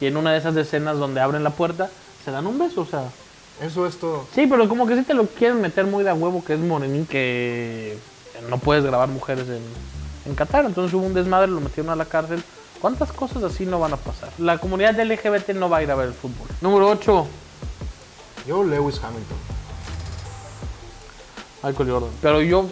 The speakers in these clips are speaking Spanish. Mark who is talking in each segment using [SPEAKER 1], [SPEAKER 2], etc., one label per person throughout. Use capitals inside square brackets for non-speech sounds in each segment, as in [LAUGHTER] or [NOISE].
[SPEAKER 1] Y en una de esas escenas donde abren la puerta, se dan un beso, o sea.
[SPEAKER 2] Eso es todo.
[SPEAKER 1] Sí, pero como que sí te lo quieren meter muy de a huevo, que es morenín, que no puedes grabar mujeres en, en Qatar. Entonces hubo un desmadre, lo metieron a la cárcel. ¿Cuántas cosas así no van a pasar? La comunidad LGBT no va a ir a ver el fútbol. Número 8,
[SPEAKER 2] Yo, Lewis Hamilton.
[SPEAKER 1] Michael Jordan. Pero yo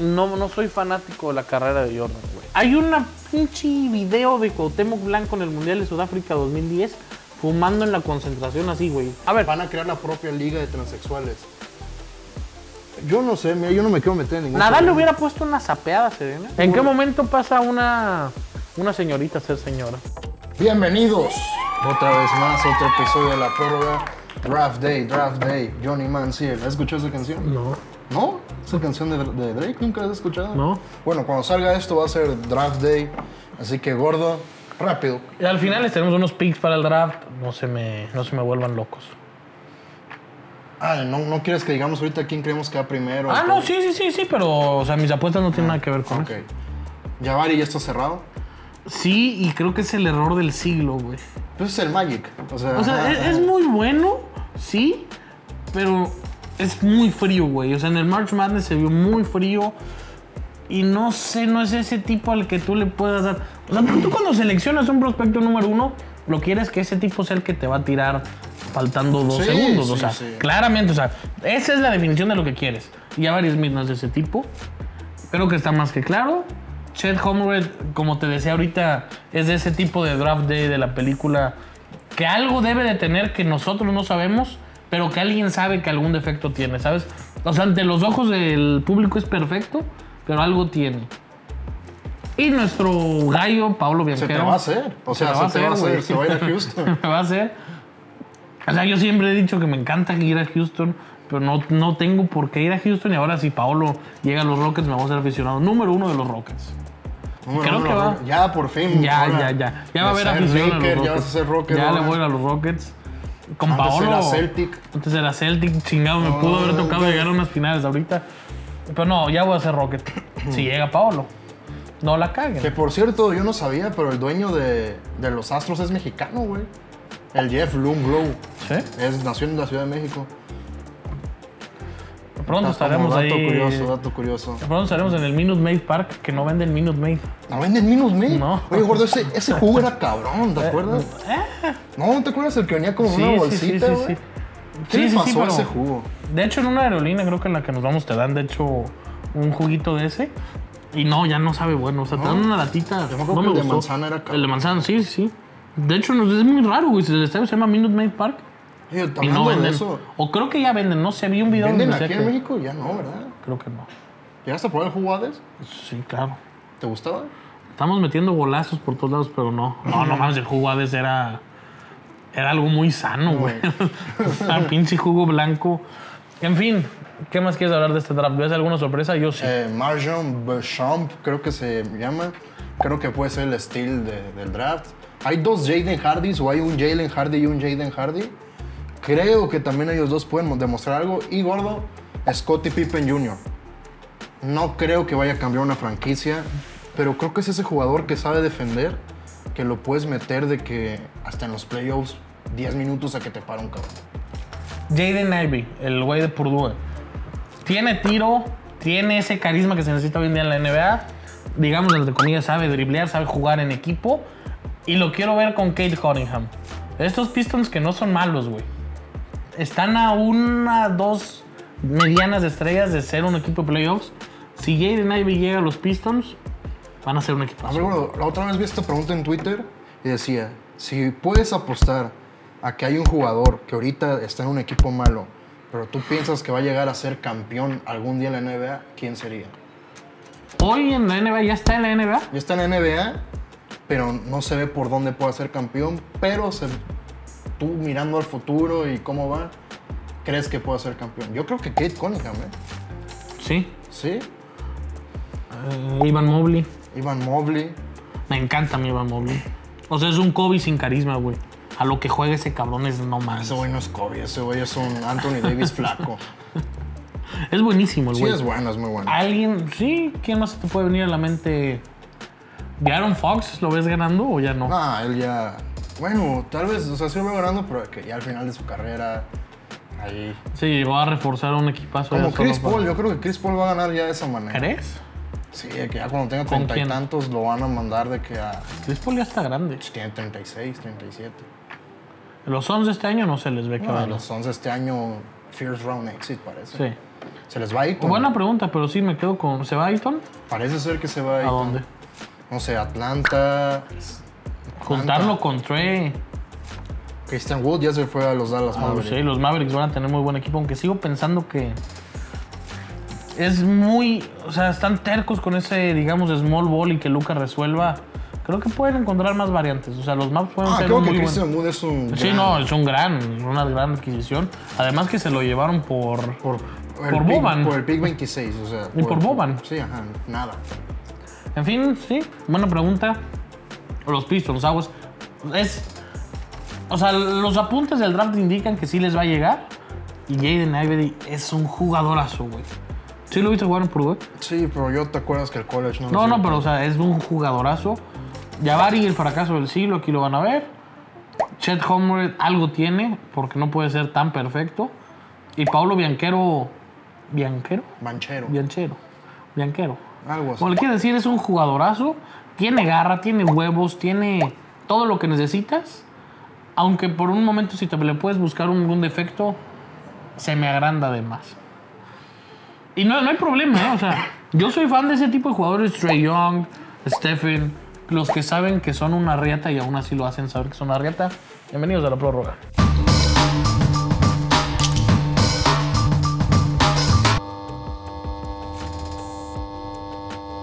[SPEAKER 1] no, no soy fanático de la carrera de Jordan, güey. Hay una pinche video de Cuauhtémoc Blanco en el Mundial de Sudáfrica 2010 fumando en la concentración así, güey. A ver,
[SPEAKER 2] Van a crear la propia liga de transexuales. Yo no sé, mira, yo no me quiero meter en ningún
[SPEAKER 1] Nadal le
[SPEAKER 2] problema.
[SPEAKER 1] hubiera puesto una sapeada, Serena. ¿En qué momento pasa una, una señorita a ser señora?
[SPEAKER 2] Bienvenidos otra vez más, otro episodio de la prórroga. Draft Day, Draft Day, Johnny Manziel. ¿Has escuchado esa canción?
[SPEAKER 1] No.
[SPEAKER 2] ¿No? ¿Esa canción de, de Drake nunca la has escuchado?
[SPEAKER 1] No.
[SPEAKER 2] Bueno, cuando salga esto va a ser Draft Day, así que gordo, rápido.
[SPEAKER 1] Y al final les tenemos unos picks para el draft. No se me, no se me vuelvan locos.
[SPEAKER 2] Ah, ¿no, no quieres que digamos ahorita quién creemos que va primero?
[SPEAKER 1] Ah, no,
[SPEAKER 2] Todo.
[SPEAKER 1] sí, sí, sí, sí, pero o sea, mis apuestas no tienen nada que ver con
[SPEAKER 2] Ok.
[SPEAKER 1] eso.
[SPEAKER 2] Yavari ya está cerrado.
[SPEAKER 1] Sí, y creo que es el error del siglo, güey.
[SPEAKER 2] Pues es el Magic. O sea,
[SPEAKER 1] O sea,
[SPEAKER 2] ajá,
[SPEAKER 1] es,
[SPEAKER 2] ajá.
[SPEAKER 1] es muy bueno, sí, pero es muy frío, güey. O sea, en el March Madness se vio muy frío. Y no sé, no es ese tipo al que tú le puedas dar. O sea, tú cuando seleccionas un prospecto número uno, lo quieres que ese tipo sea el que te va a tirar faltando dos
[SPEAKER 2] Sí,
[SPEAKER 1] segundos. o
[SPEAKER 2] sí,
[SPEAKER 1] sea,
[SPEAKER 2] sí.
[SPEAKER 1] claramente, o sea, esa es la definición de lo que quieres. Y Avery Smith no es de ese tipo. Creo que está más que claro. Chet Homered, como te decía ahorita, es de ese tipo de draft day de la película que algo debe de tener que nosotros no sabemos, pero que alguien sabe que algún defecto tiene, ¿sabes? O sea, ante los ojos del público es perfecto, pero algo tiene. Y nuestro gallo, Pablo
[SPEAKER 2] Se
[SPEAKER 1] Bianquero.
[SPEAKER 2] te va a hacer. O sea, se, te va a hacer.
[SPEAKER 1] güey.
[SPEAKER 2] Se va a ir a Houston.
[SPEAKER 1] [LAUGHS] Me va a hacer. O sea, yo siempre he dicho que me encanta ir a Houston, pero no, no tengo por qué ir a Houston. Y ahora, si Paolo llega a los Rockets, me voy a ser aficionado número uno de los Rockets. [LAUGHS]
[SPEAKER 2] Número
[SPEAKER 1] Creo
[SPEAKER 2] uno,
[SPEAKER 1] que va.
[SPEAKER 2] ¿no? Ya, por fin.
[SPEAKER 1] Ya, ya,
[SPEAKER 2] ahora.
[SPEAKER 1] ya. Ya va a
[SPEAKER 2] Vas
[SPEAKER 1] haber
[SPEAKER 2] ser
[SPEAKER 1] afición a los
[SPEAKER 2] Laker,
[SPEAKER 1] Rockets.
[SPEAKER 2] Ya vas a ser Rocker.
[SPEAKER 1] Ya
[SPEAKER 2] ahora.
[SPEAKER 1] le voy a ir a los Rockets. Con
[SPEAKER 2] Antes
[SPEAKER 1] Paolo.
[SPEAKER 2] era Celtic.
[SPEAKER 1] Antes era Celtic, chingado. Me
[SPEAKER 2] No,
[SPEAKER 1] pudo haber
[SPEAKER 2] no,
[SPEAKER 1] tocado
[SPEAKER 2] no.
[SPEAKER 1] llegar a unas finales ahorita. Pero no, ya voy a ser
[SPEAKER 2] [LAUGHS]
[SPEAKER 1] Rocket. si llega Paolo. No la
[SPEAKER 2] Que
[SPEAKER 1] caguen.
[SPEAKER 2] por cierto, yo no sabía, pero el dueño de, de los Astros es mexicano, güey. El Jeff Lumglow.
[SPEAKER 1] ¿Sí?
[SPEAKER 2] Es, nació en la Ciudad de México.
[SPEAKER 1] Pronto
[SPEAKER 2] Está como
[SPEAKER 1] estaremos
[SPEAKER 2] dato
[SPEAKER 1] ahí.
[SPEAKER 2] curioso, dato curioso.
[SPEAKER 1] Pronto estaremos en el Minute Maid Park, que no venden Minute Maid.
[SPEAKER 2] ¿No venden Minus Maid?
[SPEAKER 1] No. Eh,
[SPEAKER 2] Oye, gordo, ese, ese jugo era cabrón, ¿te acuerdas? No, ¿te acuerdas el que venía como una bolsita, güey? ¿Qué le pasó a
[SPEAKER 1] pero-
[SPEAKER 2] ese jugo?
[SPEAKER 1] De hecho, en una aerolínea creo que en la que nos vamos te dan, de hecho, un juguito de ese. Y no, ya no sabe bueno. O sea, te dan una latita.
[SPEAKER 2] Yo me acuerdo
[SPEAKER 1] no
[SPEAKER 2] que
[SPEAKER 1] me
[SPEAKER 2] el de
[SPEAKER 1] gustó.
[SPEAKER 2] manzana era cabrón.
[SPEAKER 1] El de manzana, sí, sí. De hecho, no- es muy raro, güey. El estadio se llama Minute Maid Park y
[SPEAKER 2] Oye,
[SPEAKER 1] no
[SPEAKER 2] hablando de
[SPEAKER 1] venden.
[SPEAKER 2] Ah, eso,
[SPEAKER 1] O creo que ya venden, no sé. Vi un video donde
[SPEAKER 2] ¿venden
[SPEAKER 1] decía
[SPEAKER 2] aquí
[SPEAKER 1] que-
[SPEAKER 2] en México? Ya no, ¿verdad?
[SPEAKER 1] Creo que no.
[SPEAKER 2] ¿Llegaste a probar el jugo Hades?
[SPEAKER 1] Sí, claro.
[SPEAKER 2] ¿Te gustaba?
[SPEAKER 1] Estamos metiendo golazos por todos lados, pero no. No,
[SPEAKER 2] Mm.
[SPEAKER 1] no mames, el jugo Hades era. Era algo muy sano, güey. [LAUGHS] Un pinche jugo blanco. En fin, ¿qué más quieres hablar de este draft? ¿Ves alguna sorpresa? Yo sí.
[SPEAKER 2] Eh, Marjon Beauchamp, creo que se llama. Creo que puede ser el estilo del draft. Hay dos Jaden Hardys, o hay un Jalen Hardy y un Jaden Hardy. Creo que también ellos dos pueden mo- demostrar algo. Y gordo, Scottie Pippen Jr. No creo que vaya a cambiar una franquicia, pero creo que es ese jugador que sabe defender, que lo puedes meter de que hasta en los playoffs 10 minutos a que te para un cabrón.
[SPEAKER 1] Jaden Ivey, el güey de Purdue. Tiene tiro, tiene ese carisma que se necesita hoy en día en la NBA. Digamos, entre comillas, sabe driblear, sabe jugar en equipo. Y lo quiero ver con Kate Cunningham. Estos Pistons que no son malos, güey. Están a una, dos medianas de estrellas de ser un equipo de playoffs. Si Jaden Ivey llega a los Pistons, van a ser un equipo.
[SPEAKER 2] A ver, gordo, la otra vez vi esta pregunta en Twitter y decía, si puedes apostar a que hay un jugador que ahorita está en un equipo malo, pero tú piensas que va a llegar a ser campeón algún día en la NBA, ¿quién sería?
[SPEAKER 1] Hoy en la NBA, ya está en la NBA.
[SPEAKER 2] Ya está en la NBA, pero no se ve por dónde pueda ser campeón, pero se- tú mirando al futuro y cómo va, crees que pueda ser campeón. Yo creo que Kate Cunningham, ¿eh?
[SPEAKER 1] Sí.
[SPEAKER 2] ¿Sí?
[SPEAKER 1] Eh, Ivan Mobley.
[SPEAKER 2] Ivan Mobley.
[SPEAKER 1] Me encanta mi Van Mobley. O sea, es un Kobe sin carisma, güey. A lo que juega ese cabrón es no más.
[SPEAKER 2] Ese güey no es Kobe, ese güey es un Anthony Davis flaco.
[SPEAKER 1] Es buenísimo el
[SPEAKER 2] Sí,
[SPEAKER 1] güey.
[SPEAKER 2] es bueno, es muy bueno.
[SPEAKER 1] Alguien, sí, ¿quién más te puede venir a la mente? ¿De Aaron Fox lo ves ganando o ya no?
[SPEAKER 2] No, él ya. Bueno, tal vez, o sea, sí lo veo ganando, pero que ya al final de su carrera, ahí.
[SPEAKER 1] Sí, llegó a reforzar un equipazo.
[SPEAKER 2] Como
[SPEAKER 1] ya solo
[SPEAKER 2] Chris
[SPEAKER 1] para-
[SPEAKER 2] Paul, yo creo que Chris Paul va a ganar ya de esa manera.
[SPEAKER 1] ¿Crees?
[SPEAKER 2] Sí, de que ya cuando tenga
[SPEAKER 1] ¿Con
[SPEAKER 2] treinta y
[SPEAKER 1] quién?
[SPEAKER 2] tantos lo van a mandar de que a.
[SPEAKER 1] Chris Paul ya está grande.
[SPEAKER 2] Tiene 36, 37.
[SPEAKER 1] Los 11 este año no se les ve que
[SPEAKER 2] No, a
[SPEAKER 1] van a-
[SPEAKER 2] los 11 este año, first round exit parece.
[SPEAKER 1] Sí.
[SPEAKER 2] Se les va a ir.
[SPEAKER 1] Buena pregunta, pero sí me quedo con. ¿Se va Ayton?
[SPEAKER 2] Parece ser que se va a
[SPEAKER 1] ¿A
[SPEAKER 2] ir.
[SPEAKER 1] dónde?
[SPEAKER 2] No sé, Atlanta.
[SPEAKER 1] Juntarlo con Trey.
[SPEAKER 2] Christian Wood ya se fue a los Dallas
[SPEAKER 1] No
[SPEAKER 2] Mavericks.
[SPEAKER 1] sé, los Mavericks van a tener muy buen equipo, aunque sigo pensando que es muy, o sea, están tercos con ese, digamos, small ball y que Luca resuelva. Creo que pueden encontrar más variantes. O sea, los maps pueden
[SPEAKER 2] Ah,
[SPEAKER 1] ser
[SPEAKER 2] creo
[SPEAKER 1] muy
[SPEAKER 2] que
[SPEAKER 1] buenos.
[SPEAKER 2] Christian Wood es un.
[SPEAKER 1] Sí,
[SPEAKER 2] gran-
[SPEAKER 1] no, es un gran, una gran adquisición. Además que se lo llevaron por,
[SPEAKER 2] Por, el
[SPEAKER 1] Por
[SPEAKER 2] pick-
[SPEAKER 1] Boban.
[SPEAKER 2] Por el pick 26, o sea.
[SPEAKER 1] Y por Boban.
[SPEAKER 2] Sí, ajá, nada.
[SPEAKER 1] En fin, sí, buena pregunta. Los Pistons, aguas. Es. O sea, los apuntes del draft indican que sí les va a llegar. Y Jaden Ivory es un jugadorazo, güey. ¿Sí lo viste jugar en Purdue?
[SPEAKER 2] Sí, pero yo te acuerdas que el college no.
[SPEAKER 1] No,
[SPEAKER 2] me
[SPEAKER 1] no,
[SPEAKER 2] sirve.
[SPEAKER 1] pero o sea, es un jugadorazo. Yavari, el fracaso del siglo, aquí lo van a ver. Chet Homer algo tiene, porque no puede ser tan perfecto. Y Pablo Bianquero. ¿Bianquero?
[SPEAKER 2] Banchero.
[SPEAKER 1] Bianchero. Bianquero.
[SPEAKER 2] Algo así.
[SPEAKER 1] Como le quiero decir, es un jugadorazo. Tiene garra, tiene huevos, tiene todo lo que necesitas. Aunque por un momento, si te le puedes buscar un, un defecto, se me agranda de más. Y no, no hay problema, ¿eh? O sea, yo soy fan de ese tipo de jugadores, Trey Young, Stephen, los que saben que son una riata y aún así lo hacen saber que son una riata. Bienvenidos a la prórroga.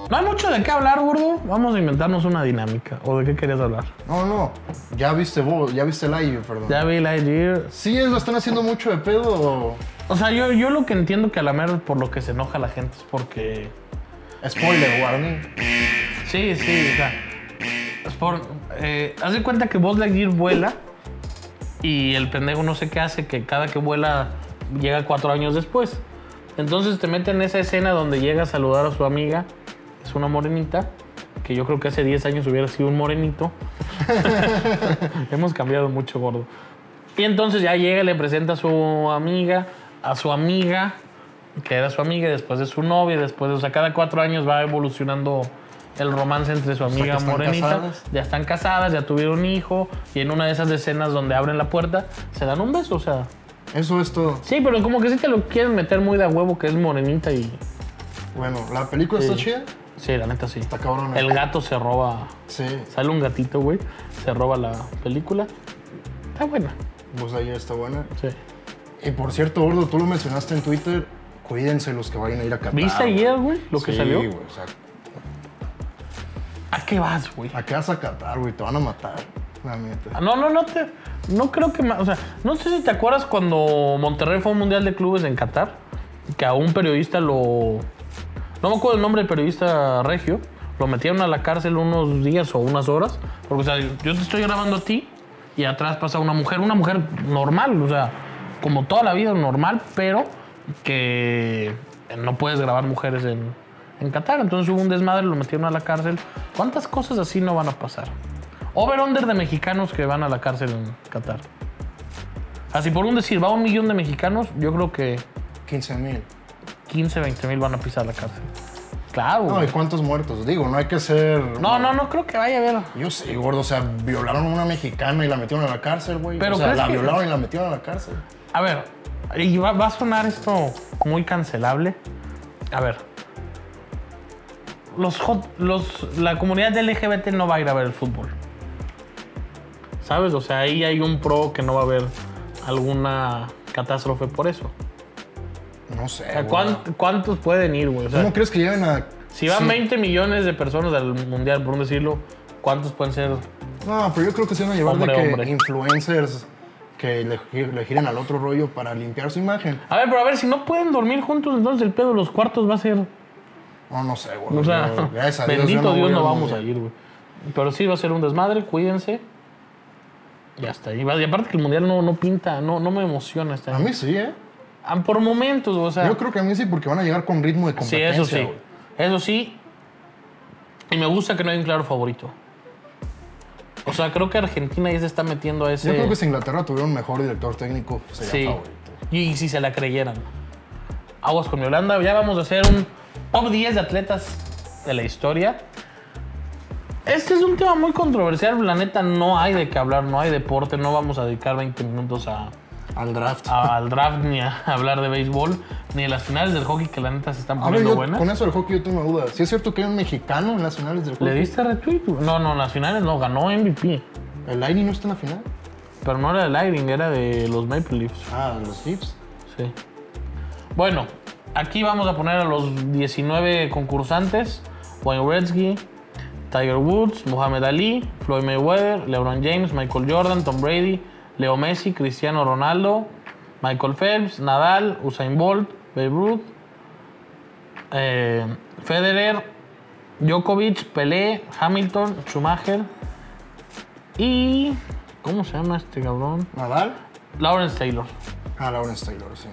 [SPEAKER 1] No hay mucho de qué hablar, gordo. Vamos a inventarnos una dinámica. ¿O de qué querías hablar?
[SPEAKER 2] No, no. Ya viste vos, ya viste el aire, perdón.
[SPEAKER 1] Ya vi Lightyear.
[SPEAKER 2] Sí, lo están haciendo mucho de pedo.
[SPEAKER 1] O sea, yo, yo lo que entiendo que a la mer por lo que se enoja la gente es porque...
[SPEAKER 2] Spoiler warning.
[SPEAKER 1] Sí, sí, o sea. es por- eh, haz de cuenta que Buzz Lightyear vuela y el pendejo no sé qué hace, que cada que vuela llega cuatro años después. Entonces te meten en esa escena donde llega a saludar a su amiga, es una morenita, que yo creo que hace 10 años hubiera sido un morenito. Hemos cambiado mucho, gordo. Y entonces ya llega, le presenta a su amiga, a su amiga, que era su amiga, y después de su novia, después de, o sea, cada cuatro años va evolucionando el romance entre su
[SPEAKER 2] que
[SPEAKER 1] amiga
[SPEAKER 2] están
[SPEAKER 1] morenita.
[SPEAKER 2] casadas.
[SPEAKER 1] Ya están casadas, ya tuvieron un hijo, y en una de esas escenas donde abren la puerta, se dan un beso, o sea.
[SPEAKER 2] Eso es todo.
[SPEAKER 1] Sí, pero como que sí te lo quieren meter muy de a huevo, que es morenita y.
[SPEAKER 2] Bueno, la película está chida.
[SPEAKER 1] Sí, la neta sí.
[SPEAKER 2] Está cabrona.
[SPEAKER 1] El gato se roba.
[SPEAKER 2] Sí,
[SPEAKER 1] Sale un gatito, güey. Se roba la película. Está buena.
[SPEAKER 2] pues ahí está buena.
[SPEAKER 1] Sí.
[SPEAKER 2] Y por cierto, Gordo, tú lo mencionaste en Twitter. Cuídense los que vayan a ir a Qatar.
[SPEAKER 1] ¿Viste ayer, güey, lo que
[SPEAKER 2] Sí,
[SPEAKER 1] salió?
[SPEAKER 2] güey, o sea,
[SPEAKER 1] ¿A qué vas, güey?
[SPEAKER 2] ¿a qué vas a Qatar, güey? Te van a matar. La neta.
[SPEAKER 1] No, no, no te. No creo que. ma- O sea, no sé si te acuerdas cuando Monterrey fue a un mundial de clubes en Qatar. Que a un periodista lo. No me acuerdo el nombre del periodista regio. Lo metieron a la cárcel unos días o unas horas. Porque, o sea, yo te estoy grabando a ti y atrás pasa una mujer. Una mujer normal, o sea, como toda la vida normal, pero que no puedes grabar mujeres en, en Qatar. Entonces hubo un desmadre, lo metieron a la cárcel. ¿Cuántas cosas así no van a pasar? Over-under de mexicanos que van a la cárcel en Qatar. Así por un decir, va un millón de mexicanos, yo creo que
[SPEAKER 2] 15 mil.
[SPEAKER 1] 15, 20 mil van a pisar la cárcel. Claro.
[SPEAKER 2] No, ¿y
[SPEAKER 1] güey.
[SPEAKER 2] cuántos muertos? Digo, no hay que ser.
[SPEAKER 1] No, no, no creo que vaya a haber.
[SPEAKER 2] Yo sí, eh, gordo, o sea, violaron a una mexicana y la metieron a la cárcel, güey.
[SPEAKER 1] Pero
[SPEAKER 2] o sea,
[SPEAKER 1] ¿crees
[SPEAKER 2] la
[SPEAKER 1] que-
[SPEAKER 2] violaron y la metieron a la cárcel.
[SPEAKER 1] A ver, y va, va a sonar esto muy cancelable. A ver. Los, hot- los, la comunidad LGBT no va a ir a ver el fútbol. ¿Sabes? O sea, ahí hay un pro que no va a haber alguna catástrofe por eso.
[SPEAKER 2] No sé.
[SPEAKER 1] O sea,
[SPEAKER 2] güey.
[SPEAKER 1] ¿cuánt- ¿cuántos pueden ir, güey? O sea,
[SPEAKER 2] ¿Cómo crees que lleven a.?
[SPEAKER 1] Si van 20 millones de personas al mundial, por un decirlo, ¿cuántos pueden ser?
[SPEAKER 2] No, pero yo creo que se van a llevar
[SPEAKER 1] Hombre,
[SPEAKER 2] de que
[SPEAKER 1] hombre.
[SPEAKER 2] influencers que le, gi- le giren al otro rollo para limpiar su imagen.
[SPEAKER 1] A ver, pero a ver, si no pueden dormir juntos, entonces el pedo de los cuartos va a ser.
[SPEAKER 2] No, no sé, güey.
[SPEAKER 1] O sea,
[SPEAKER 2] Yo, gracias a Dios. yo
[SPEAKER 1] bendito
[SPEAKER 2] voy
[SPEAKER 1] Dios, no
[SPEAKER 2] al
[SPEAKER 1] vamos a
[SPEAKER 2] mundial.
[SPEAKER 1] ir, güey. Pero sí va a ser un desmadre, cuídense. Ya está. Y va- y aparte que el mundial no, no pinta, no, no me emociona este
[SPEAKER 2] A
[SPEAKER 1] año.
[SPEAKER 2] mí sí, ¿eh?
[SPEAKER 1] Ah, Por momentos, o sea.
[SPEAKER 2] Yo creo que a mí sí, porque van a llegar con ritmo de
[SPEAKER 1] Sí,
[SPEAKER 2] competencia.
[SPEAKER 1] eso sí.
[SPEAKER 2] güey.
[SPEAKER 1] Eso sí. Y me gusta que no hay un claro favorito. O sea, creo que Argentina ya se está metiendo a ese.
[SPEAKER 2] Yo creo que si Inglaterra tuviera un mejor director técnico, sería
[SPEAKER 1] Sí.
[SPEAKER 2] favorito.
[SPEAKER 1] Y si se la creyeran. Aguas con mi Holanda. Ya vamos a hacer un top 10 de atletas de la historia. Este es un tema muy controversial. La neta, no hay de qué hablar, no hay deporte. No vamos a dedicar 20 minutos a,
[SPEAKER 2] Al draft.
[SPEAKER 1] a- al draft, ni a hablar de béisbol, ni de las finales del hockey que la neta se están
[SPEAKER 2] A ver,
[SPEAKER 1] poniendo
[SPEAKER 2] yo-
[SPEAKER 1] buenas.
[SPEAKER 2] con eso del hockey yo tengo una duda. ¿Sí es cierto que hay un mexicano en las finales del
[SPEAKER 1] ¿Le
[SPEAKER 2] hockey?
[SPEAKER 1] diste retweet? No, no, en las finales no. Ganó MVP.
[SPEAKER 2] ¿El Lightning no está en la final?
[SPEAKER 1] Pero no era de Lightning, era de los Maple Leafs.
[SPEAKER 2] Ah, de los Chiefs.
[SPEAKER 1] Sí. Bueno, aquí vamos a poner a los 19 concursantes. Wayne Gretzky, Tiger Woods, Mohamed Ali, Floyd Mayweather, LeBron James, Michael Jordan, Tom Brady, Leo Messi, Cristiano Ronaldo, Michael Phelps, Nadal, Usain Bolt, Babe Ruth, eh, Federer, Djokovic, Pelé, Hamilton, Schumacher y... ¿Cómo se llama este cabrón?
[SPEAKER 2] ¿Nadal?
[SPEAKER 1] Lawrence Taylor.
[SPEAKER 2] Ah, Lawrence Taylor, sí.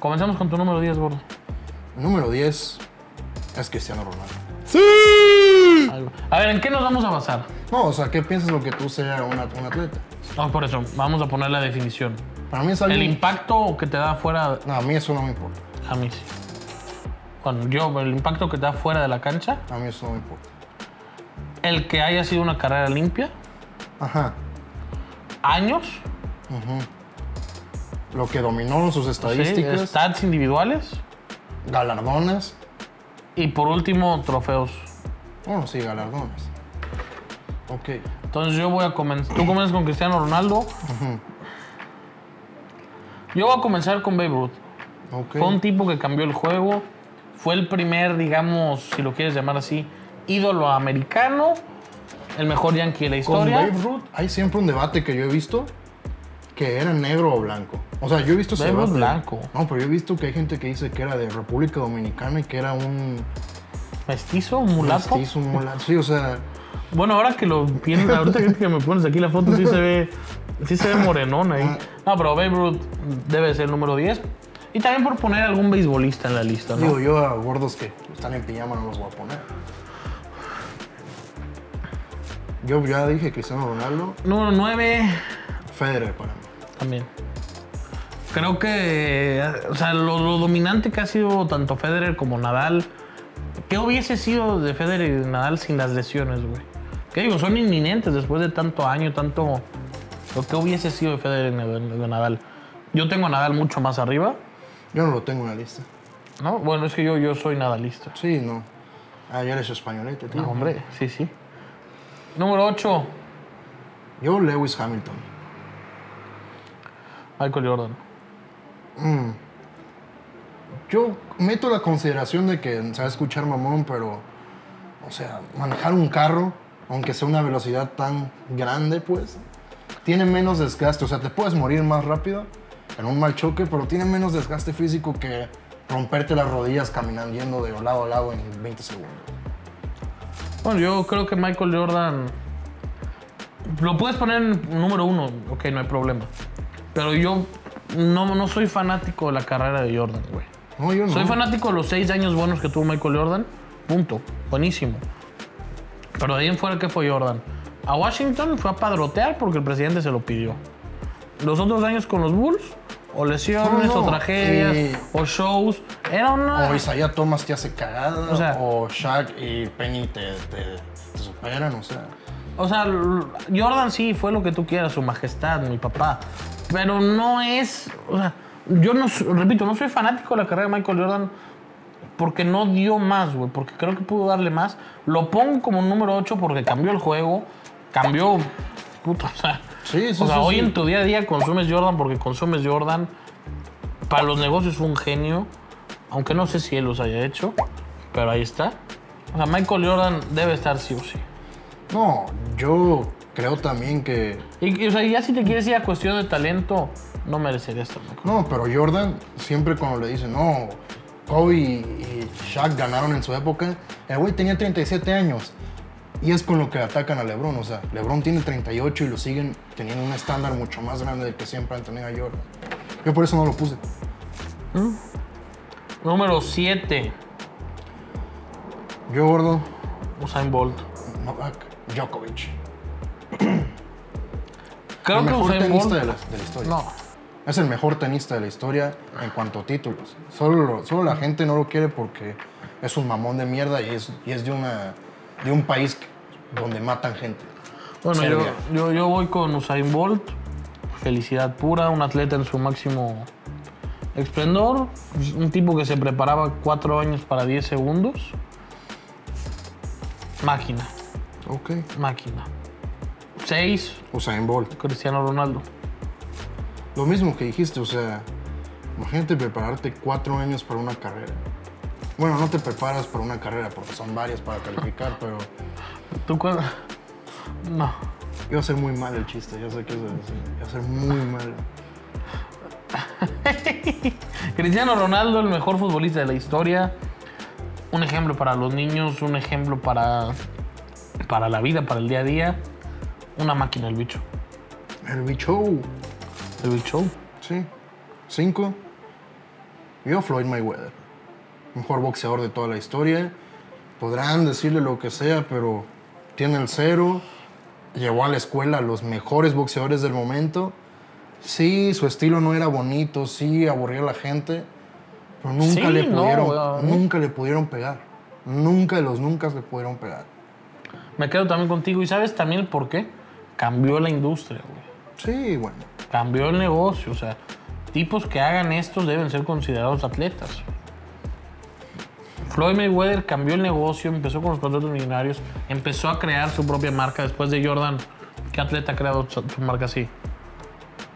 [SPEAKER 1] Comencemos con tu número 10, gordo.
[SPEAKER 2] Número 10 es Cristiano Ronaldo.
[SPEAKER 1] Algo. A ver, ¿en qué nos vamos a basar?
[SPEAKER 2] No, o sea, ¿qué piensas lo que tú sea un, at- un atleta?
[SPEAKER 1] No, por eso, vamos a poner la definición.
[SPEAKER 2] Para mí es
[SPEAKER 1] El
[SPEAKER 2] alguien...
[SPEAKER 1] impacto que te da fuera
[SPEAKER 2] No, a mí eso no me importa.
[SPEAKER 1] a mí. sí. Bueno, yo, el impacto que te da fuera de la cancha,
[SPEAKER 2] A mí eso no me importa.
[SPEAKER 1] el que haya sido una carrera limpia,
[SPEAKER 2] Ajá.
[SPEAKER 1] años,
[SPEAKER 2] Lo que dominó sus
[SPEAKER 1] sí,
[SPEAKER 2] estadísticas,
[SPEAKER 1] stats individuales
[SPEAKER 2] galardones.
[SPEAKER 1] y por último, trofeos.
[SPEAKER 2] Bueno, sí, galardones. Ok.
[SPEAKER 1] Entonces yo voy a comenzar. Tú comienzas con Cristiano Ronaldo. Yo voy a comenzar con Babe Ruth.
[SPEAKER 2] Ok.
[SPEAKER 1] Fue un tipo que cambió el juego. Fue el primer, digamos, si lo quieres llamar así, ídolo americano. El mejor yankee de la
[SPEAKER 2] Con
[SPEAKER 1] historia.
[SPEAKER 2] Babe Ruth hay siempre un debate que yo he visto que era negro o blanco. O sea, yo he visto ese
[SPEAKER 1] Babe Ruth
[SPEAKER 2] debate.
[SPEAKER 1] blanco.
[SPEAKER 2] No, pero yo he visto que hay gente que dice que era de República Dominicana y que era un
[SPEAKER 1] Mestizo, un mulato.
[SPEAKER 2] mestizo, un mulato. Sí, o sea,
[SPEAKER 1] Bueno, ahora que lo pienso, ahorita que- que me pones aquí la foto, sí se ve, sí se ve morenón ahí. No, pero Babe Ruth debe ser el número 10. Y también por poner algún beisbolista en la lista, ¿no?
[SPEAKER 2] digo yo a gordos que están en pijama no los voy a poner. Yo ya dije Cristiano Ronaldo,
[SPEAKER 1] Número 9,
[SPEAKER 2] Federer para mí.
[SPEAKER 1] también. Creo que, eh, o sea, lo, lo dominante que ha sido tanto Federer como Nadal. ¿Qué hubiese sido de Federer y de Nadal sin las lesiones, güey? ¿Qué digo? Son inminentes después de tanto año, tanto. Lo que hubiese sido de Federer y de de Nadal. Yo tengo a Nadal mucho más arriba,
[SPEAKER 2] Yo no lo tengo en la lista.
[SPEAKER 1] ¿no? Bueno, es que yo, yo soy nadalista.
[SPEAKER 2] Sí, no. Ah, ya eres españolete, tío.
[SPEAKER 1] No, hombre, sí, sí. Número 8,
[SPEAKER 2] Yo Lewis Hamilton.
[SPEAKER 1] Michael Jordan.
[SPEAKER 2] Yo meto la consideración de que se va a escuchar mamón, pero, o sea, manejar un carro, aunque sea una velocidad tan grande, pues, tiene menos desgaste. O sea, te puedes morir más rápido en un mal choque, pero tiene menos desgaste físico que romperte las rodillas caminando yendo de lado a lado en 20 segundos.
[SPEAKER 1] Bueno, yo creo que Michael Jordan. Lo puedes poner en número uno, ok, no hay problema. Pero yo no, no soy fanático de la carrera de Jordan, güey.
[SPEAKER 2] No, yo no.
[SPEAKER 1] Soy fanático de los seis años buenos que tuvo Michael Jordan, punto. Buenísimo. Pero de ahí en fuera, ¿qué fue Jordan? A Washington fue a padrotear porque el presidente se lo pidió. Los otros años con los Bulls, o lesiones,
[SPEAKER 2] No, no,
[SPEAKER 1] o tragedias,
[SPEAKER 2] eh.
[SPEAKER 1] o shows. Era una.
[SPEAKER 2] O Isaiah Thomas te hace cagada, o,
[SPEAKER 1] sea-
[SPEAKER 2] Shaq y Penny te, te- te superan, o sea.
[SPEAKER 1] O sea, l- Jordan sí fue lo que tú quieras, su majestad, mi papá. Pero no es. O sea, yo no. s- Repito, no soy fanático de la carrera de Michael Jordan porque no dio más, güey. Porque creo que pudo darle más. Lo pongo como número 8 porque cambió el juego. Cambió. Puta, o sea.
[SPEAKER 2] Sí, sí,
[SPEAKER 1] o sea,
[SPEAKER 2] sí,
[SPEAKER 1] hoy
[SPEAKER 2] sí.
[SPEAKER 1] en tu día a día consumes Jordan porque consumes Jordan. Para los negocios fue un genio. Aunque no sé si él los haya hecho. Pero ahí está. O sea, Michael Jordan debe estar sí o sí.
[SPEAKER 2] No, yo creo también que
[SPEAKER 1] Y, y, o sea, ya si te quieres ir a cuestión de talento, no merecerías tampoco.
[SPEAKER 2] No, pero Jordan siempre cuando le dicen, no, Kobe y Shaq ganaron en su época, el güey tenía 37 años. Y es con lo que atacan a LeBron. O sea, LeBron tiene 38 y lo siguen teniendo un estándar mucho más grande del que siempre han tenido a Jordan. Yo por eso no lo puse.
[SPEAKER 1] Número 7,
[SPEAKER 2] Yo, gordo, ah,
[SPEAKER 1] Usain Bolt.
[SPEAKER 2] Novak Djokovic.
[SPEAKER 1] Creo
[SPEAKER 2] el
[SPEAKER 1] que
[SPEAKER 2] mejor
[SPEAKER 1] Usain
[SPEAKER 2] tenista
[SPEAKER 1] Bolt-
[SPEAKER 2] de la, de la historia.
[SPEAKER 1] No.
[SPEAKER 2] Es el mejor tenista de la historia en cuanto a títulos. Solo, lo- solo la gente no lo quiere porque es un mamón de mierda y es, y es de, una, de un país donde matan gente.
[SPEAKER 1] Bueno, yo,
[SPEAKER 2] Serbia.
[SPEAKER 1] yo, yo voy con Usain Bolt. Felicidad pura, un atleta en su máximo esplendor. Un tipo que se preparaba cuatro años para 10 segundos. Máquina,
[SPEAKER 2] Ok.
[SPEAKER 1] máquina. Seis,
[SPEAKER 2] Usain Bolt.
[SPEAKER 1] Cristiano Ronaldo.
[SPEAKER 2] Lo mismo que dijiste, o sea, imagínate prepararte cuatro años para una carrera. Bueno, no te preparas para una carrera porque son varias para calificar, [LAUGHS] pero
[SPEAKER 1] ¿Tú cuál? [LAUGHS] No.
[SPEAKER 2] iba a ser muy mal el chiste, ya sé que iba a ser muy mal.
[SPEAKER 1] Cristiano Ronaldo, el mejor futbolista de la historia. Un ejemplo para los niños, un ejemplo para, para la vida, para el día a día. Una máquina, el bicho.
[SPEAKER 2] El bicho,
[SPEAKER 1] El bicho.
[SPEAKER 2] sí. Cinco. Yo Floyd Mayweather, mejor boxeador de toda la historia. Podrán decirle lo que sea, pero tiene el cero. Llevó a la escuela a los mejores boxeadores del momento. Sí, su estilo no era bonito, sí aburría a la gente, pero nunca
[SPEAKER 1] Sí,
[SPEAKER 2] le
[SPEAKER 1] no,
[SPEAKER 2] pudieron,
[SPEAKER 1] weón.
[SPEAKER 2] nunca le pudieron pegar. Nunca de los nunca le pudieron pegar.
[SPEAKER 1] Me quedo también contigo. ¿Y sabes también el por qué? Cambió la industria, güey.
[SPEAKER 2] Sí, bueno.
[SPEAKER 1] Cambió el negocio. O sea, tipos que hagan estos deben ser considerados atletas. Floyd Mayweather cambió el negocio, empezó con los contratos millonarios, empezó a crear su propia marca después de Jordan. ¿Qué atleta ha creado su su marca así?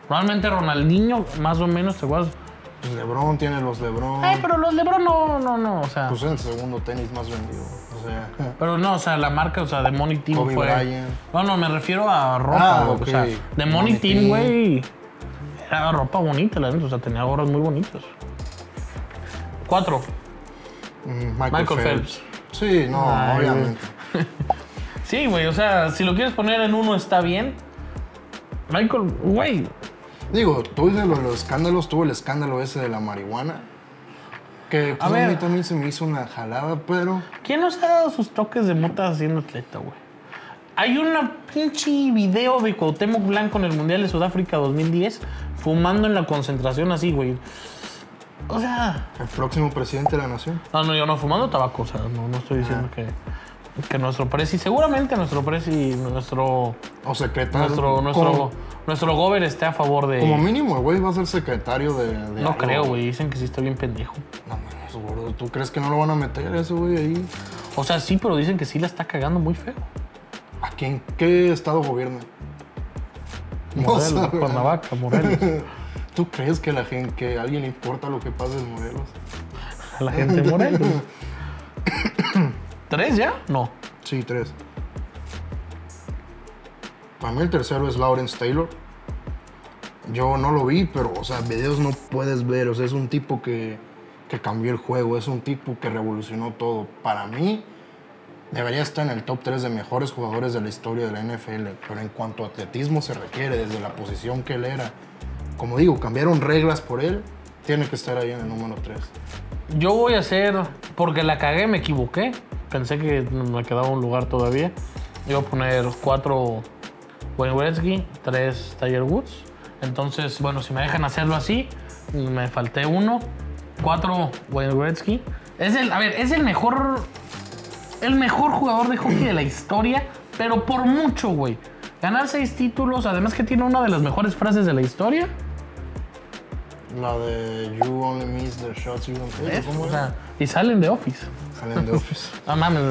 [SPEAKER 1] Realmente Ronaldinho, más o menos, ¿te acuerdas?
[SPEAKER 2] Pues LeBron tiene los LeBron.
[SPEAKER 1] Ay, pero los LeBron no, no, no, o sea.
[SPEAKER 2] Pues es el segundo tenis más vendido. O sea, [LAUGHS]
[SPEAKER 1] Pero no, o sea, la marca, o sea, de Money Team
[SPEAKER 2] Kobe
[SPEAKER 1] fue.
[SPEAKER 2] Bryant.
[SPEAKER 1] No, no, me refiero a ropa,
[SPEAKER 2] Ah,
[SPEAKER 1] güey.
[SPEAKER 2] ok.
[SPEAKER 1] O sea, de Money,
[SPEAKER 2] Money
[SPEAKER 1] Team,
[SPEAKER 2] Team.
[SPEAKER 1] güey. Era ropa bonita, la neta. O sea, tenía gorras muy bonitas. Cuatro.
[SPEAKER 2] mm,
[SPEAKER 1] Michael
[SPEAKER 2] Sí, no,
[SPEAKER 1] Ay,
[SPEAKER 2] obviamente.
[SPEAKER 1] Sí, güey, o sea, si lo quieres poner en uno está bien. Michael, güey.
[SPEAKER 2] Digo, tú dices lo de los escándalos, tuvo el escándalo ese de la marihuana. Que pues, a,
[SPEAKER 1] ver.
[SPEAKER 2] mí también se me hizo una jalada, pero.
[SPEAKER 1] ¿Quién nos ha dado sus toques de mota haciendo atleta, güey? Hay una pinche video de Cuauhtémoc Blanco en el Mundial de Sudáfrica 2010 fumando en la concentración así, güey. O sea,
[SPEAKER 2] El próximo presidente de la nación.
[SPEAKER 1] Ah, No, no, yo no fumando tabaco, o sea, no, no estoy diciendo
[SPEAKER 2] Ah.
[SPEAKER 1] que, que nuestro presi, seguramente nuestro presi, nuestro,
[SPEAKER 2] O secretario.
[SPEAKER 1] nuestro,
[SPEAKER 2] Como,
[SPEAKER 1] nuestro, nuestro gober esté a favor de...
[SPEAKER 2] como mínimo, el güey va a ser secretario de. de
[SPEAKER 1] no
[SPEAKER 2] algo.
[SPEAKER 1] creo, güey, dicen que sí está bien pendejo.
[SPEAKER 2] No mames, gordo. ¿Tú crees que no lo van a meter a ese güey ahí?
[SPEAKER 1] O sea, sí, pero dicen que sí la está cagando muy feo.
[SPEAKER 2] ¿A quién? ¿Qué estado gobierna? [LAUGHS] No
[SPEAKER 1] Morelos,
[SPEAKER 2] sabe.
[SPEAKER 1] Cuernavaca, Morelos.
[SPEAKER 2] ¿Tú crees que la gente, que a alguien le importa lo que pasa en Morelos?
[SPEAKER 1] A la gente de Morelos.
[SPEAKER 2] [LAUGHS]
[SPEAKER 1] ¿Tres ya? No.
[SPEAKER 2] Sí, tres. Para mí el tercero es Lawrence Taylor. Yo no lo vi, pero, o sea, videos no puedes ver. O sea, es un tipo que, que cambió el juego, es un tipo que revolucionó todo. Para mí, debería estar en el top 3 de mejores jugadores de la historia de la NFL. Pero en cuanto a atletismo se requiere, desde la posición que él era, como digo, cambiaron reglas por él, tiene que estar ahí en el número 3.
[SPEAKER 1] Yo voy a hacer, porque la cagué, me equivoqué. Pensé que me quedaba un lugar todavía. Iba a poner cuatro Wayne Gretzky, tres Tiger Woods. Entonces, bueno, si me dejan hacerlo así, me falté uno. Cuatro Wayne Gretzky. Es el, a ver, es el mejor, el mejor jugador de hockey de la historia, pero por mucho, güey. Ganar seis títulos, además que tiene una de las mejores frases de la historia.
[SPEAKER 2] La de You Only Miss the Shots You Don't Take.
[SPEAKER 1] Eso,
[SPEAKER 2] ¿cómo
[SPEAKER 1] o
[SPEAKER 2] era?
[SPEAKER 1] sea, y salen de office.
[SPEAKER 2] Salen de Office.
[SPEAKER 1] No mames,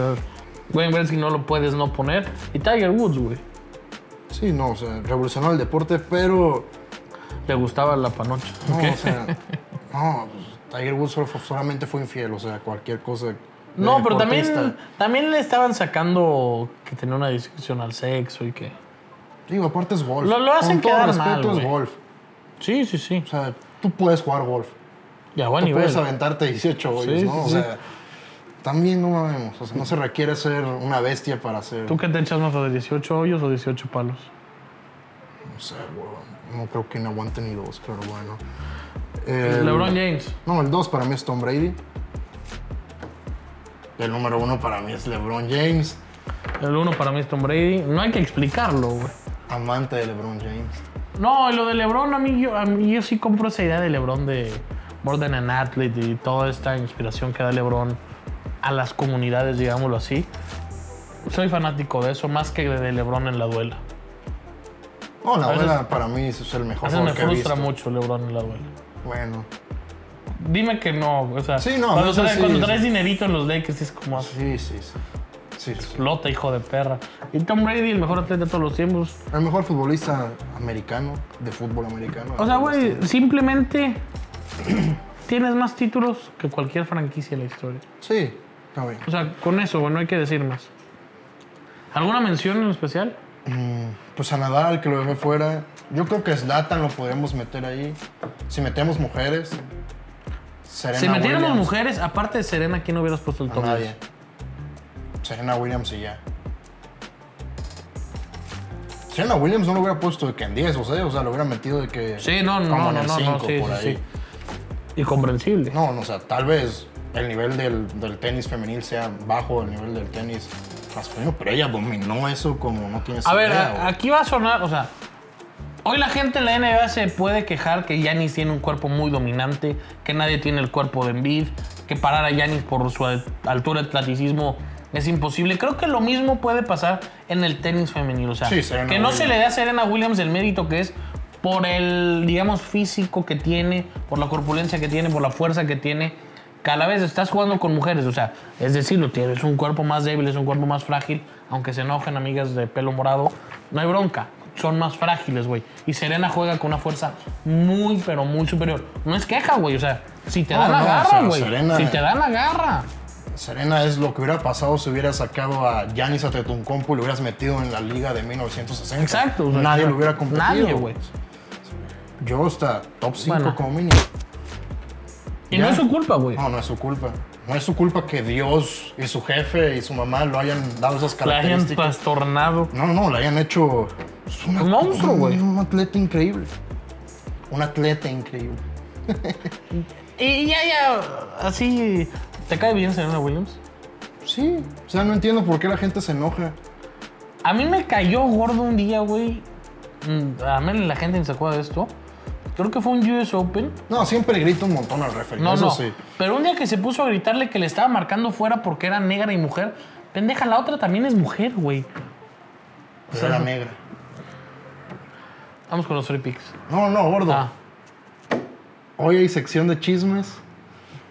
[SPEAKER 1] Wayne Gretzky no lo puedes no poner. Y Tiger Woods, güey.
[SPEAKER 2] Sí, no, o sea, revolucionó el deporte, pero.
[SPEAKER 1] Le gustaba la panocha.
[SPEAKER 2] No,
[SPEAKER 1] ¿ok?
[SPEAKER 2] o sea.
[SPEAKER 1] [LAUGHS]
[SPEAKER 2] No, pues, Tiger Woods solo fue- solamente fue infiel, o sea, cualquier cosa. de
[SPEAKER 1] no, pero también,
[SPEAKER 2] deportista.
[SPEAKER 1] también le estaban sacando que tenía una adicción al sexo y que.
[SPEAKER 2] Digo, aparte es golf.
[SPEAKER 1] Lo- lo hacen
[SPEAKER 2] Con todo
[SPEAKER 1] quedar mal,
[SPEAKER 2] respeto,
[SPEAKER 1] güey.
[SPEAKER 2] es golf.
[SPEAKER 1] Sí, sí, sí.
[SPEAKER 2] O sea, tú puedes jugar golf.
[SPEAKER 1] Y a buen
[SPEAKER 2] Tú
[SPEAKER 1] nivel.
[SPEAKER 2] puedes aventarte 18 hoyos,
[SPEAKER 1] Sí,
[SPEAKER 2] ¿no? O
[SPEAKER 1] sí, sí.
[SPEAKER 2] sea, también no sabemos. O sea, no se requiere ser una bestia para ser.
[SPEAKER 1] ¿Tú qué te echas más de 18 hoyos o 18 palos?
[SPEAKER 2] No sé, güey, No creo que no aguante ni dos, pero bueno. Eh,
[SPEAKER 1] LeBron James.
[SPEAKER 2] No, el 2 para mí es Tom Brady. El número 1 para mí es LeBron James.
[SPEAKER 1] El uno para mí es Tom Brady. No hay que explicarlo, güey.
[SPEAKER 2] amante de LeBron James.
[SPEAKER 1] No, lo de LeBron, a mí, yo, a mí yo sí compro esa idea de LeBron de More Than an Athlete y toda esta inspiración que da LeBron a las comunidades, digámoslo así. Soy fanático de eso más que de LeBron en la duela.
[SPEAKER 2] No, la
[SPEAKER 1] A veces-
[SPEAKER 2] abuela para mí es el mejor
[SPEAKER 1] A veces me
[SPEAKER 2] jugador que he
[SPEAKER 1] frustra
[SPEAKER 2] visto.
[SPEAKER 1] mucho LeBron en la duela.
[SPEAKER 2] Bueno,
[SPEAKER 1] Dime que no, o sea,
[SPEAKER 2] Sí, no,
[SPEAKER 1] cuando,
[SPEAKER 2] eso
[SPEAKER 1] traes,
[SPEAKER 2] sí.
[SPEAKER 1] cuando traes dinerito en los Lakers es como "Ah,
[SPEAKER 2] sí, sí, sí. Sí, sí.
[SPEAKER 1] explota, hijo de perra. Y Tom Brady, el mejor atleta de todos los tiempos.
[SPEAKER 2] El mejor futbolista americano, de fútbol americano.
[SPEAKER 1] O sea, güey, simplemente [CLEARS THROAT] tienes más títulos que cualquier franquicia en la historia.
[SPEAKER 2] Sí, está bien.
[SPEAKER 1] O sea, con eso, güey, no hay que decir más. ¿Alguna mención en especial?
[SPEAKER 2] Mm, Pues a Nadal, que lo dejé fuera. Yo creo que Zlatan lo podríamos meter ahí. Si metemos mujeres, Serena
[SPEAKER 1] si metiéramos
[SPEAKER 2] Williams,
[SPEAKER 1] mujeres, aparte de Serena, ¿quién hubieras puesto el
[SPEAKER 2] a
[SPEAKER 1] top?
[SPEAKER 2] nadie. Serena Williams y ya. Serena Williams no lo hubiera puesto de que en 10, o sea, o sea, lo hubiera metido de que...
[SPEAKER 1] Sí, no, no,
[SPEAKER 2] como en
[SPEAKER 1] no,
[SPEAKER 2] el
[SPEAKER 1] no, no,
[SPEAKER 2] 5,
[SPEAKER 1] sí,
[SPEAKER 2] por
[SPEAKER 1] sí,
[SPEAKER 2] ahí.
[SPEAKER 1] sí. Y comprensible.
[SPEAKER 2] No, no, o sea, tal vez el nivel del, del tenis femenil sea bajo el nivel del tenis masculino, pero ella dominó eso como no tienes
[SPEAKER 1] A ver,
[SPEAKER 2] idea,
[SPEAKER 1] a-
[SPEAKER 2] güey.
[SPEAKER 1] aquí va a sonar, o sea, hoy la gente en la NBA se puede quejar que Yanis tiene un cuerpo muy dominante, que nadie tiene el cuerpo de Embiid, que parar a Yanis por su al- altura de atleticismo es imposible. Creo que lo mismo puede pasar en el tenis femenino, o sea,
[SPEAKER 2] Sí, Serena
[SPEAKER 1] que no se
[SPEAKER 2] Williams.
[SPEAKER 1] le dé a Serena Williams el mérito que es por el, digamos, físico que tiene, por la corpulencia que tiene, por la fuerza que tiene. Cada vez estás jugando con mujeres, o sea, es decirlo, tienes un cuerpo más débil, es un cuerpo más frágil, aunque se enojen amigas de pelo morado, no hay bronca, son más frágiles, güey. Y Serena juega con una fuerza muy, pero muy superior. No es queja, güey, o sea, si te
[SPEAKER 2] No,
[SPEAKER 1] dan
[SPEAKER 2] no,
[SPEAKER 1] la
[SPEAKER 2] o
[SPEAKER 1] garra,
[SPEAKER 2] sea,
[SPEAKER 1] güey.
[SPEAKER 2] Serena-
[SPEAKER 1] Si te dan la garra.
[SPEAKER 2] Serena es lo que hubiera pasado si hubiera sacado a Giannis Antetokounmpo y lo hubieras metido en la liga de 1960.
[SPEAKER 1] Exacto. o sea,
[SPEAKER 2] Nadie lo hubiera competido.
[SPEAKER 1] Nadie, güey.
[SPEAKER 2] Yo hasta top 5
[SPEAKER 1] Bueno.
[SPEAKER 2] como mínimo.
[SPEAKER 1] Y
[SPEAKER 2] Ya.
[SPEAKER 1] no es su culpa, güey.
[SPEAKER 2] No, no es su culpa. No es su culpa que Dios y su jefe y su mamá lo hayan dado esas
[SPEAKER 1] la hayan
[SPEAKER 2] características.
[SPEAKER 1] trastornado.
[SPEAKER 2] No, no, le hayan hecho. Es una-
[SPEAKER 1] Un monstruo,
[SPEAKER 2] un-
[SPEAKER 1] güey.
[SPEAKER 2] Un atleta increíble. Un atleta increíble.
[SPEAKER 1] Y ya, ya, así. ¿Te cae bien Serena Williams?
[SPEAKER 2] Sí. O sea, no entiendo por qué la gente se enoja.
[SPEAKER 1] A mí me cayó gordo un día, güey. Mm, A mí la gente se acuerda de esto. Creo que fue un US Open.
[SPEAKER 2] No, siempre grita un montón al referee.
[SPEAKER 1] No,
[SPEAKER 2] eso
[SPEAKER 1] no.
[SPEAKER 2] sí.
[SPEAKER 1] Pero un día que se puso a gritarle que le estaba marcando fuera porque era negra y mujer. Pendeja, la otra también es mujer, güey.
[SPEAKER 2] Pero era negra.
[SPEAKER 1] Vamos con los free picks.
[SPEAKER 2] No, no, gordo.
[SPEAKER 1] Ah,
[SPEAKER 2] Hoy hay sección de chismes.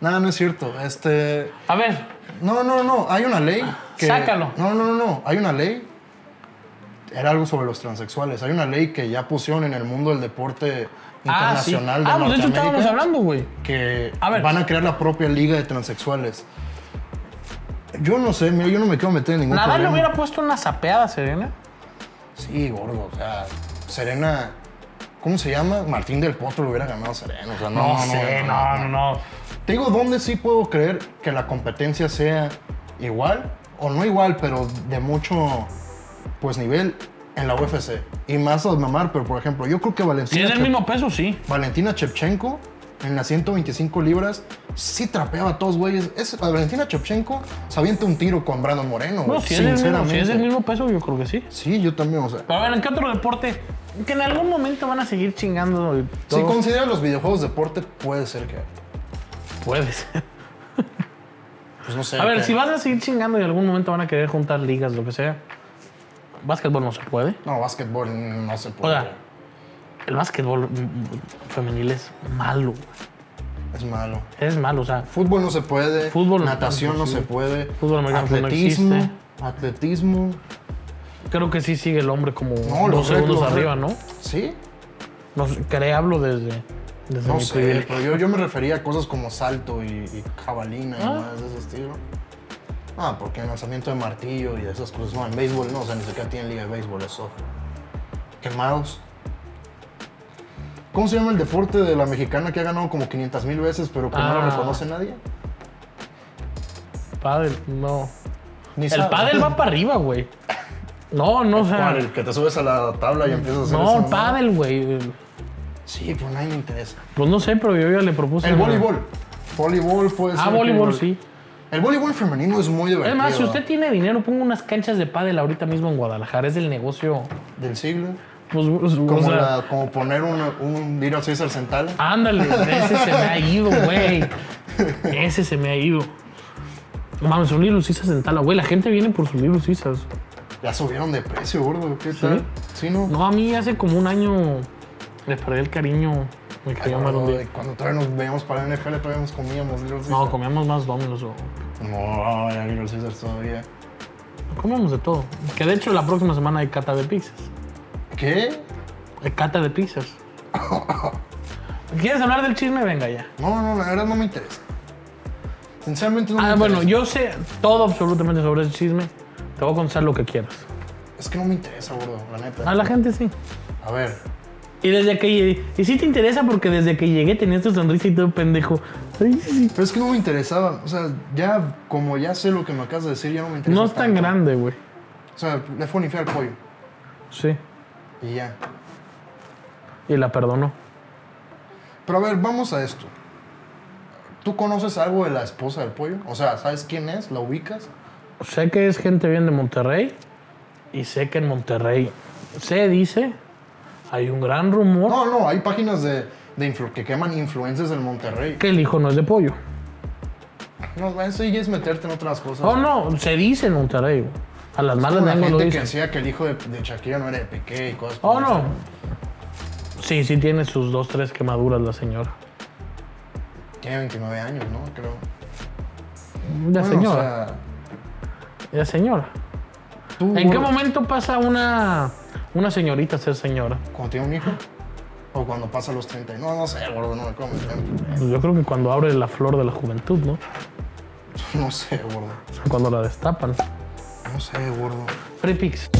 [SPEAKER 2] Nada, no es cierto. Este.
[SPEAKER 1] a ver,
[SPEAKER 2] No, no, no. Hay una ley. Que...
[SPEAKER 1] Sácalo.
[SPEAKER 2] No, no, no, no. Hay una ley. Era algo sobre los transexuales. Hay una ley que ya pusieron en el mundo del deporte
[SPEAKER 1] ah, sí.
[SPEAKER 2] internacional de
[SPEAKER 1] Ah, pues de hecho
[SPEAKER 2] Norteamérica,
[SPEAKER 1] estábamos hablando, güey.
[SPEAKER 2] que
[SPEAKER 1] A ver.
[SPEAKER 2] van a crear la propia liga de transexuales. Yo no sé, mira, yo no me quiero meter en ningún
[SPEAKER 1] Nadal le
[SPEAKER 2] problema.
[SPEAKER 1] hubiera puesto una zapeada, Serena.
[SPEAKER 2] Sí, gordo, o sea, Serena, ¿cómo se llama? Martín del Potro lo hubiera ganado a Serena, o sea, no,
[SPEAKER 1] no, no.
[SPEAKER 2] Te digo, ¿dónde sí puedo creer que la competencia sea igual? O no igual, pero de mucho pues nivel en la UFC. Y más a mamar, pero por ejemplo, yo creo que
[SPEAKER 1] Si
[SPEAKER 2] Valentina,
[SPEAKER 1] es del
[SPEAKER 2] Chep-
[SPEAKER 1] mismo peso, sí.
[SPEAKER 2] Valentina Chepchenko en las 125 libras sí trapeaba a todos güeyes. Es, a Valentina Chepchenko se avienta un tiro con Brandon Moreno,
[SPEAKER 1] No,
[SPEAKER 2] güey,
[SPEAKER 1] si es, del mismo, si
[SPEAKER 2] sinceramente.
[SPEAKER 1] es del mismo peso, yo creo que sí.
[SPEAKER 2] Sí, yo también, o sea.
[SPEAKER 1] Pero a ver, ¿en qué otro deporte? Que en algún momento van a seguir chingando. y
[SPEAKER 2] Si
[SPEAKER 1] todo.
[SPEAKER 2] consideras los videojuegos deporte, puede ser que.
[SPEAKER 1] Puedes.
[SPEAKER 2] Pues no sé.
[SPEAKER 1] A ver,
[SPEAKER 2] que-
[SPEAKER 1] si vas a seguir chingando y en algún momento van a querer juntar ligas, lo que sea. Básquetbol no se puede.
[SPEAKER 2] No, básquetbol no se
[SPEAKER 1] O
[SPEAKER 2] puede.
[SPEAKER 1] sea, el básquetbol mm, mm, femenil es malo.
[SPEAKER 2] es malo.
[SPEAKER 1] Es malo, o sea.
[SPEAKER 2] Fútbol no se puede.
[SPEAKER 1] Fútbol no
[SPEAKER 2] natación no
[SPEAKER 1] existe.
[SPEAKER 2] se puede.
[SPEAKER 1] Fútbol americano no
[SPEAKER 2] atletismo,
[SPEAKER 1] existe.
[SPEAKER 2] atletismo.
[SPEAKER 1] Creo que sí sigue el hombre como
[SPEAKER 2] No, lo
[SPEAKER 1] dos
[SPEAKER 2] sé,
[SPEAKER 1] segundos
[SPEAKER 2] lo sé.
[SPEAKER 1] arriba, ¿no?
[SPEAKER 2] Sí,
[SPEAKER 1] No sé, creo hablo desde, desde
[SPEAKER 2] no
[SPEAKER 1] mi
[SPEAKER 2] sé,
[SPEAKER 1] privilegio.
[SPEAKER 2] pero yo, yo me refería a cosas como salto y, y jabalina
[SPEAKER 1] Ah.
[SPEAKER 2] y más de ese estilo. Ah, porque el lanzamiento de martillo y de esas cosas. No, en béisbol no, o sea, ni siquiera tienen liga de béisbol, es softball. Quemados. ¿Cómo se llama el deporte de la mexicana que ha ganado como 500 mil veces, pero que no
[SPEAKER 1] Ah.
[SPEAKER 2] lo reconoce nadie?
[SPEAKER 1] Pádel, no.
[SPEAKER 2] Ni
[SPEAKER 1] El
[SPEAKER 2] sabe.
[SPEAKER 1] pádel
[SPEAKER 2] [LAUGHS]
[SPEAKER 1] va para arriba, güey. No, no, o sea.
[SPEAKER 2] ¿Cuál? El que te subes a la tabla y empiezas a hacer
[SPEAKER 1] No, el
[SPEAKER 2] esa mamada?
[SPEAKER 1] pádel, güey.
[SPEAKER 2] Sí, pues nadie me interesa.
[SPEAKER 1] Pues no sé, pero yo ya le propuse.
[SPEAKER 2] El voleibol. Voleibol puede ser.
[SPEAKER 1] Ah,
[SPEAKER 2] que-
[SPEAKER 1] voleibol, sí.
[SPEAKER 2] El voleibol femenino es muy divertido.
[SPEAKER 1] Es más, si usted tiene dinero, ponga unas canchas de pádel ahorita mismo en Guadalajara. Es del negocio
[SPEAKER 2] del siglo.
[SPEAKER 1] Pues, pues, o
[SPEAKER 2] Como,
[SPEAKER 1] sea,
[SPEAKER 2] la- como poner una- un Little César Central. [LAUGHS]
[SPEAKER 1] Ándale, ese se me ha ido, güey. Ese se me ha ido. No Mames, un libro Caesar Sentala, güey. La gente viene por sus libros Caesar.
[SPEAKER 2] Ya subieron de precio, gordo. ¿Qué tal? Sí, no.
[SPEAKER 1] No, a mí hace como un año les perdí el cariño. Me
[SPEAKER 2] Ay,
[SPEAKER 1] quería mal un
[SPEAKER 2] gordo,
[SPEAKER 1] día.
[SPEAKER 2] de Cuando todavía nos veíamos para la NFL, todavía nos comíamos Little
[SPEAKER 1] No,
[SPEAKER 2] Caesar.
[SPEAKER 1] comíamos más Dominos o.
[SPEAKER 2] No, era Little Caesar todavía.
[SPEAKER 1] Comíamos de todo. Que de hecho la próxima semana hay cata de pizzas.
[SPEAKER 2] ¿Qué?
[SPEAKER 1] Hay cata de
[SPEAKER 2] [LAUGHS]
[SPEAKER 1] pizzas. ¿Quieres hablar del chisme? Venga ya.
[SPEAKER 2] No, no, la verdad no me interesa. Sinceramente no me
[SPEAKER 1] Ah,
[SPEAKER 2] interesa.
[SPEAKER 1] bueno, yo sé todo absolutamente sobre el chisme. Te voy a contar lo que quieras.
[SPEAKER 2] Es que no me interesa, gordo, la neta.
[SPEAKER 1] A la gente sí.
[SPEAKER 2] A ver,
[SPEAKER 1] Y desde que llegué, y sí te interesa porque desde que llegué tenías tu sonrisa y todo pendejo. Ay, sí.
[SPEAKER 2] pero es que no me interesaba. O sea, ya como ya sé lo que me acabas de decir, ya no me interesa.
[SPEAKER 1] No es tan
[SPEAKER 2] tanto.
[SPEAKER 1] grande, güey.
[SPEAKER 2] O sea, le fue al pollo
[SPEAKER 1] Sí.
[SPEAKER 2] y ya.
[SPEAKER 1] Y la perdonó.
[SPEAKER 2] Pero a ver, vamos a esto. ¿Tú conoces algo de la esposa del pollo? O sea, ¿sabes quién es? ¿La ubicas?
[SPEAKER 1] Sé que es gente bien de Monterrey. Y sé que en Monterrey se dice, hay un gran rumor
[SPEAKER 2] No, no, hay páginas de, de influ- que queman influencers en Monterrey.
[SPEAKER 1] que el hijo no es de pollo.
[SPEAKER 2] No, eso ya es meterte en otras cosas.
[SPEAKER 1] Oh, no, se dice en Monterrey, güey. A las malas
[SPEAKER 2] Como la
[SPEAKER 1] lenguas lo
[SPEAKER 2] gente que
[SPEAKER 1] dicen.
[SPEAKER 2] decía que el hijo de, de Shakira no era de Piqué y cosas por
[SPEAKER 1] Oh,
[SPEAKER 2] el
[SPEAKER 1] no.
[SPEAKER 2] estilo.
[SPEAKER 1] Sí, sí tiene sus dos, tres quemaduras la señora.
[SPEAKER 2] Tiene 29 años, ¿no? Creo.
[SPEAKER 1] La
[SPEAKER 2] Bueno,
[SPEAKER 1] señora.
[SPEAKER 2] O sea,
[SPEAKER 1] La señora.
[SPEAKER 2] tú,
[SPEAKER 1] ¿En qué
[SPEAKER 2] gordo,
[SPEAKER 1] momento pasa una, una señorita a ser señora?
[SPEAKER 2] ¿Cuando tiene un hijo? ¿O cuando pasa los 30? No, no sé, gordo, no me como ejemplo.
[SPEAKER 1] Pues yo creo que cuando abre la flor de la juventud, ¿no?
[SPEAKER 2] No sé, gordo.
[SPEAKER 1] O sea, Cuando la destapan.
[SPEAKER 2] No sé, gordo.
[SPEAKER 1] Free picks.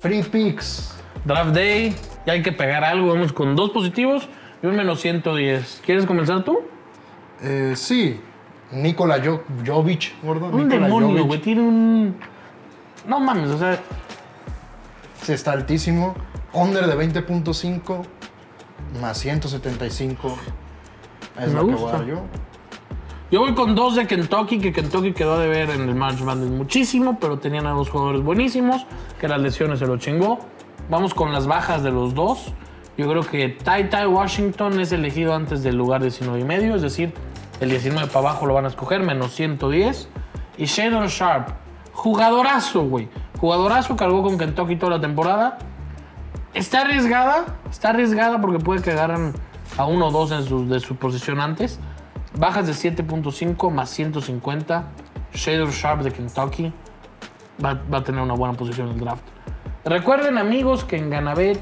[SPEAKER 2] Free picks.
[SPEAKER 1] Draft day. Ya hay que pegar algo. Vamos con dos positivos y un menos 110. ¿Quieres comenzar tú?
[SPEAKER 2] Eh, sí. Nikola Jo- Jovic, gordo.
[SPEAKER 1] Un
[SPEAKER 2] Nikola
[SPEAKER 1] demonio,
[SPEAKER 2] Jovic.
[SPEAKER 1] güey. Tiene un... No mames, o sea...
[SPEAKER 2] Sí, está altísimo. Under de 20.5 más 175. Es
[SPEAKER 1] Me
[SPEAKER 2] lo que voy
[SPEAKER 1] gusta.
[SPEAKER 2] a dar yo.
[SPEAKER 1] Yo voy con dos de Kentucky, que Kentucky quedó de ver en el March Madness muchísimo, pero tenían a dos jugadores buenísimos, que las lesiones se lo chingó. Vamos con las bajas de los dos. Yo creo que Ty Ty Washington es elegido antes del lugar 19 y medio, es decir, el 19 para abajo lo van a escoger, menos 110. Y Shadon Sharp, jugadorazo, güey. Jugadorazo, cargó con Kentucky toda la temporada. Está arriesgada, está arriesgada porque puede que agarran a uno o dos en sus- de su posición antes. Bajas de 7.5 más 150. Shader Sharp de Kentucky va, va a tener una buena posición en el draft. Recuerden, amigos, que en Ganabet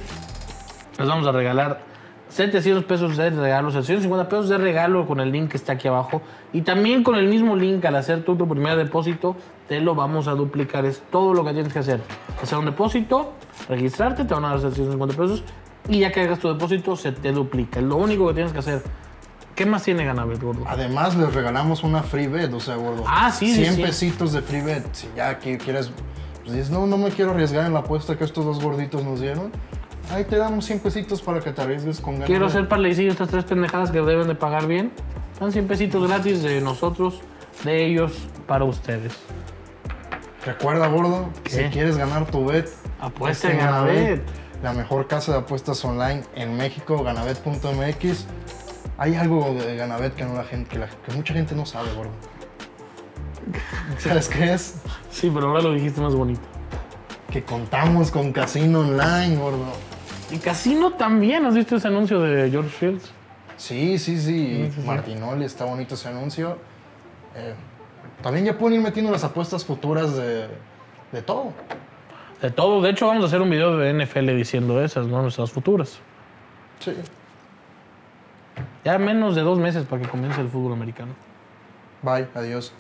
[SPEAKER 1] les vamos a regalar 700 pesos de regalo, 750 pesos de regalo con el link que está aquí abajo. Y también con el mismo link, al hacer tú tu primer depósito, te lo vamos a duplicar. Es todo lo que tienes que hacer. Hacer un depósito, registrarte, te van a dar 750 pesos. Y ya que hagas tu depósito, se te duplica. Es Lo único que tienes que hacer. ¿Qué más tiene Ganabet, gordo?
[SPEAKER 2] Además, les regalamos una free bet, o sea, gordo.
[SPEAKER 1] Ah, sí, sí,
[SPEAKER 2] 100
[SPEAKER 1] sí.
[SPEAKER 2] pesitos de free bet. Si ya aquí quieres. pues, dices, no, no me quiero arriesgar en la apuesta que estos dos gorditos nos dieron. Ahí te damos 100 pesitos para que te arriesgues con ganas.
[SPEAKER 1] Quiero hacer parleycillo estas tres pendejadas que deben de pagar bien. Son 100 pesitos gratis de nosotros, de ellos, para ustedes.
[SPEAKER 2] Recuerda, gordo, que si
[SPEAKER 1] ¿Qué?
[SPEAKER 2] quieres ganar tu bet,
[SPEAKER 1] Apuesta en
[SPEAKER 2] Pues en
[SPEAKER 1] Ganabet.
[SPEAKER 2] Este La mejor casa de apuestas online en México, ganabet.mx. Hay algo de Ganabet que, no la gente, que, la- que mucha gente no sabe, [LAUGHS] gordo. ¿Sabes qué es?
[SPEAKER 1] Sí, pero ahora lo dijiste más bonito.
[SPEAKER 2] Que contamos con casino online, gordo.
[SPEAKER 1] Y Casino también, ¿has visto ese anuncio de George Fields?
[SPEAKER 2] Sí, sí, sí. Martinoli, está bonito ese anuncio. Eh, también ya pueden ir metiendo las apuestas futuras de, de todo.
[SPEAKER 1] De todo, de hecho vamos a hacer un video de NFL diciendo esas, ¿no? Nuestras futuras.
[SPEAKER 2] Sí.
[SPEAKER 1] Ya menos de dos meses para que comience el fútbol americano.
[SPEAKER 2] Bye, adiós.